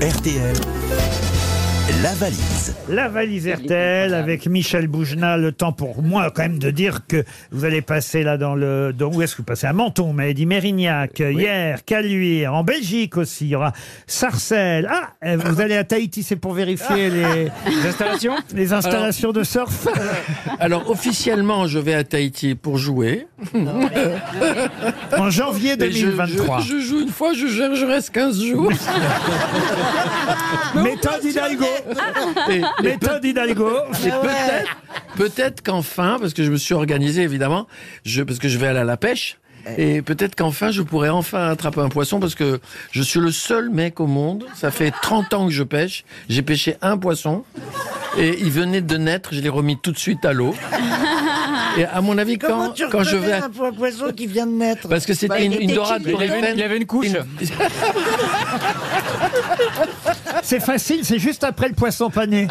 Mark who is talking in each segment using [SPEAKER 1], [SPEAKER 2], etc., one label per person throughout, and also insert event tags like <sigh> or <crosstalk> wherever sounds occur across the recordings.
[SPEAKER 1] RTL. La valise.
[SPEAKER 2] La valise RTL avec Michel Boujna. Le temps pour moi, quand même, de dire que vous allez passer là dans le. dans- où est-ce que vous passez À Menton, vous m'avez dit Mérignac,
[SPEAKER 3] Euh,
[SPEAKER 2] hier, Caluire, en Belgique aussi. Il y aura Sarcelles. Ah, euh, vous allez à Tahiti, c'est pour vérifier les,
[SPEAKER 3] Ah. <laughs> Les installations
[SPEAKER 2] les installations de surf.
[SPEAKER 3] Alors officiellement, je vais à Tahiti pour jouer.
[SPEAKER 2] En janvier
[SPEAKER 3] Et je-
[SPEAKER 2] 2023.
[SPEAKER 3] Je, je joue une fois, je, je- je reste 15 jours.
[SPEAKER 2] Méthode Hidalgo.
[SPEAKER 3] Et, et
[SPEAKER 2] Méthode Hidalgo.
[SPEAKER 3] peut- et peut-être, peut-être qu'enfin, parce que je me suis organisé évidemment, je, parce que je vais aller à la pêche. Et peut-être qu'enfin, je pourrai enfin attraper un poisson parce que je suis le seul mec au monde. Ça fait 30 ans que je pêche. J'ai pêché un poisson et il venait de naître. Je l'ai remis tout de suite à l'eau. Et à mon avis,
[SPEAKER 4] Comment
[SPEAKER 3] quand,
[SPEAKER 4] tu
[SPEAKER 3] quand je vais, à-
[SPEAKER 4] un po- poisson qui vient de naître Bah,
[SPEAKER 3] Parce que
[SPEAKER 5] Bah,
[SPEAKER 3] c'était une, une dorade pour
[SPEAKER 4] Ah,
[SPEAKER 5] Il avait une couche.
[SPEAKER 2] C'est facile, c'est juste après le poisson pané.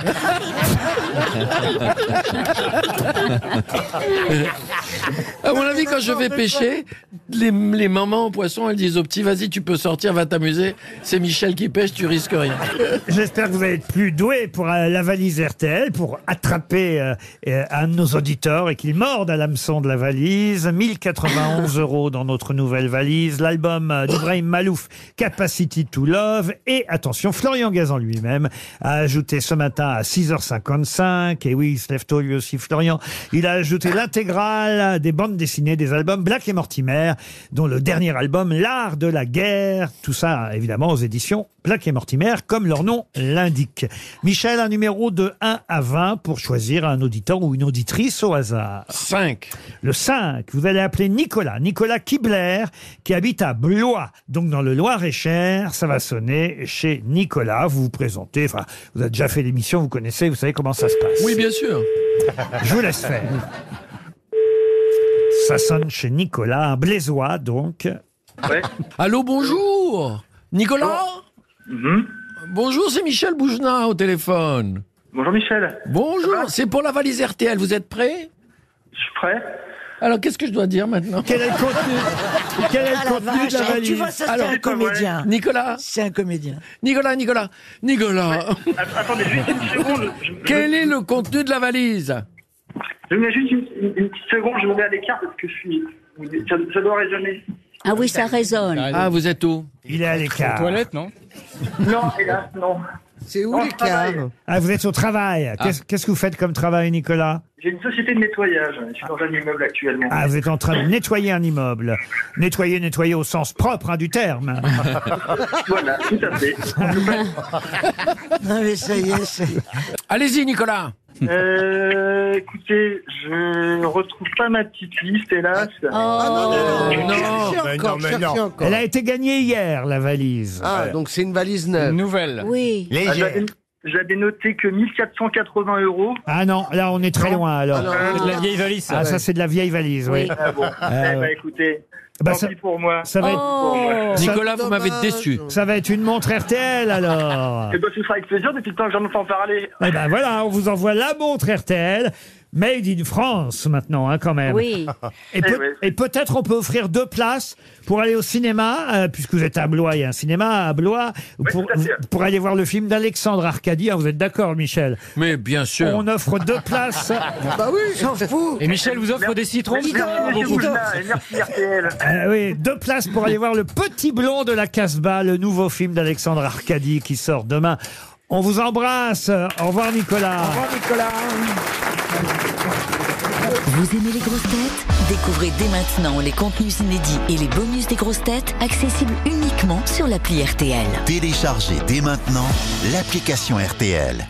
[SPEAKER 3] À mon avis, quand je vais pêcher, les, les mamans aux poissons, elles disent au petit, vas-y, tu peux sortir, va t'amuser. C'est Michel qui pêche, tu risques rien.
[SPEAKER 2] J'espère que vous allez être plus doué pour euh, la valise RTL, pour attraper euh, euh, un de nos auditeurs et qu'il morde à l'hameçon de la valise. 1091 euros dans notre nouvelle valise, l'album euh, d'Ibrahim Malouf, Capacity to Love. Et attention, Florian Gazan lui-même a ajouté ce matin à 6h55, et oui, il se lève tôt lui aussi, Florian, il a ajouté l'intégrale des bandes dessinées des albums Black et Mortimer, dont le dernier album, L'art de la guerre, tout ça évidemment aux éditions Black et Mortimer, comme leur nom l'indique. Michel, un numéro de 1 à 20 pour choisir un auditeur ou une auditrice au hasard.
[SPEAKER 3] 5.
[SPEAKER 2] Le 5, vous allez appeler Nicolas, Nicolas Kibler, qui habite à Blois, donc dans le Loir-et-Cher. Ça va sonner chez Nicolas. Vous vous présentez, enfin, vous avez déjà fait l'émission, vous connaissez, vous savez comment ça se passe.
[SPEAKER 3] Oui, bien sûr.
[SPEAKER 2] Je vous laisse faire. Ça sonne chez Nicolas, un blésois donc.
[SPEAKER 3] Allô, bonjour. Nicolas Bonjour, c'est Michel Boujna au téléphone.
[SPEAKER 6] Bonjour Michel,
[SPEAKER 3] Bonjour, c'est pour la valise RTL, vous êtes prêts
[SPEAKER 6] je suis prêt.
[SPEAKER 3] Alors, qu'est-ce que je dois dire maintenant
[SPEAKER 2] Quel est le contenu, quel est le
[SPEAKER 4] Ah, la
[SPEAKER 2] contenu
[SPEAKER 4] vache,
[SPEAKER 2] de la
[SPEAKER 4] eh, Tu vois,
[SPEAKER 2] valise
[SPEAKER 4] ça, c'est
[SPEAKER 3] Alors,
[SPEAKER 4] un comédien.
[SPEAKER 3] Nicolas,
[SPEAKER 4] C'est un comédien.
[SPEAKER 3] Nicolas, Nicolas, Nicolas,
[SPEAKER 6] Att- Attendez juste une seconde. Je, je-
[SPEAKER 3] quel est le contenu de la valise
[SPEAKER 6] je mets juste une, une- une petite seconde, je me mets à l'écart parce que je suis. Ça, ça doit résonner.
[SPEAKER 7] Ah oui, ça résonne.
[SPEAKER 3] Ah, vous êtes où
[SPEAKER 2] Il est à l'écart.
[SPEAKER 5] Toilette, non
[SPEAKER 6] Non, hélas, non.
[SPEAKER 4] C'est où
[SPEAKER 6] Oh,
[SPEAKER 4] les
[SPEAKER 6] travail.
[SPEAKER 4] caves
[SPEAKER 2] Ah, vous êtes au travail.
[SPEAKER 5] Ah.
[SPEAKER 2] Qu'est-ce qu'est-ce que vous faites comme travail, Nicolas
[SPEAKER 6] J'ai une société de nettoyage, je suis dans un immeuble actuellement.
[SPEAKER 2] Ah, vous êtes en train de nettoyer un immeuble. Nettoyer, nettoyer au sens propre hein, du terme.
[SPEAKER 6] Voilà, tout à fait.
[SPEAKER 4] Non, mais ça y est, c'est-
[SPEAKER 3] Allez-y, Nicolas.
[SPEAKER 6] Euh, écoutez, je retrouve pas ma petite liste, hélas.
[SPEAKER 3] Oh, non.
[SPEAKER 8] Mais
[SPEAKER 4] encore,
[SPEAKER 8] non, mais
[SPEAKER 4] cherchez
[SPEAKER 8] non.
[SPEAKER 4] encore.
[SPEAKER 2] Elle a été gagnée hier, la valise.
[SPEAKER 8] Ah, donc c'est une valise neuve.
[SPEAKER 5] Nouvelle.
[SPEAKER 7] Oui.
[SPEAKER 6] Ah,
[SPEAKER 8] Légère.
[SPEAKER 6] J'avais j'avais noté que 1480 euros.
[SPEAKER 2] Ah non, là on est très loin alors.
[SPEAKER 8] Alors,
[SPEAKER 5] Ah C'est de la vieille valise. ça.
[SPEAKER 2] Ah, ça c'est de la vieille valise, oui.
[SPEAKER 7] Oui.
[SPEAKER 6] Ah bon. eh ben,
[SPEAKER 2] ouais.
[SPEAKER 6] écoutez,
[SPEAKER 2] Bah,
[SPEAKER 6] tant
[SPEAKER 2] ça,
[SPEAKER 6] pis pour moi.
[SPEAKER 2] ça va être,
[SPEAKER 7] Oh
[SPEAKER 3] Nicolas, vous m'avez
[SPEAKER 8] dommage.
[SPEAKER 3] déçu.
[SPEAKER 5] Oh.
[SPEAKER 2] ça va être une montre RTL alors.
[SPEAKER 6] Eh ben, ce sera avec plaisir depuis le temps que j'en entends parler.
[SPEAKER 2] Eh ben voilà, on vous envoie la montre RTL. Made in France maintenant, hein, quand même.
[SPEAKER 7] Oui.
[SPEAKER 2] Et, peut-
[SPEAKER 6] Eh ouais.
[SPEAKER 2] et peut-être on peut offrir deux places pour aller au cinéma, euh, puisque vous êtes à Blois, il y a un cinéma à Blois, pour,
[SPEAKER 6] tout à fait.
[SPEAKER 2] pour aller voir le film d'Alexandre Arcadie. Ah, vous êtes d'accord, Michel
[SPEAKER 3] Mais bien sûr.
[SPEAKER 2] On offre deux places.
[SPEAKER 4] Bah oui, s'en fout.
[SPEAKER 5] Et Michel vous offre des citrons
[SPEAKER 6] Merci,
[SPEAKER 2] hein,
[SPEAKER 6] monsieur Boujna, et merci RTL.
[SPEAKER 2] Euh, oui, deux places pour aller voir le petit blond de la Casbah, le nouveau film d'Alexandre Arcadie qui sort demain. On vous embrasse. Au revoir, Nicolas.
[SPEAKER 9] Vous aimez les grosses têtes Découvrez dès maintenant les contenus inédits et les bonus des grosses têtes accessibles uniquement sur l'appli RTL.
[SPEAKER 1] Téléchargez dès maintenant l'application RTL.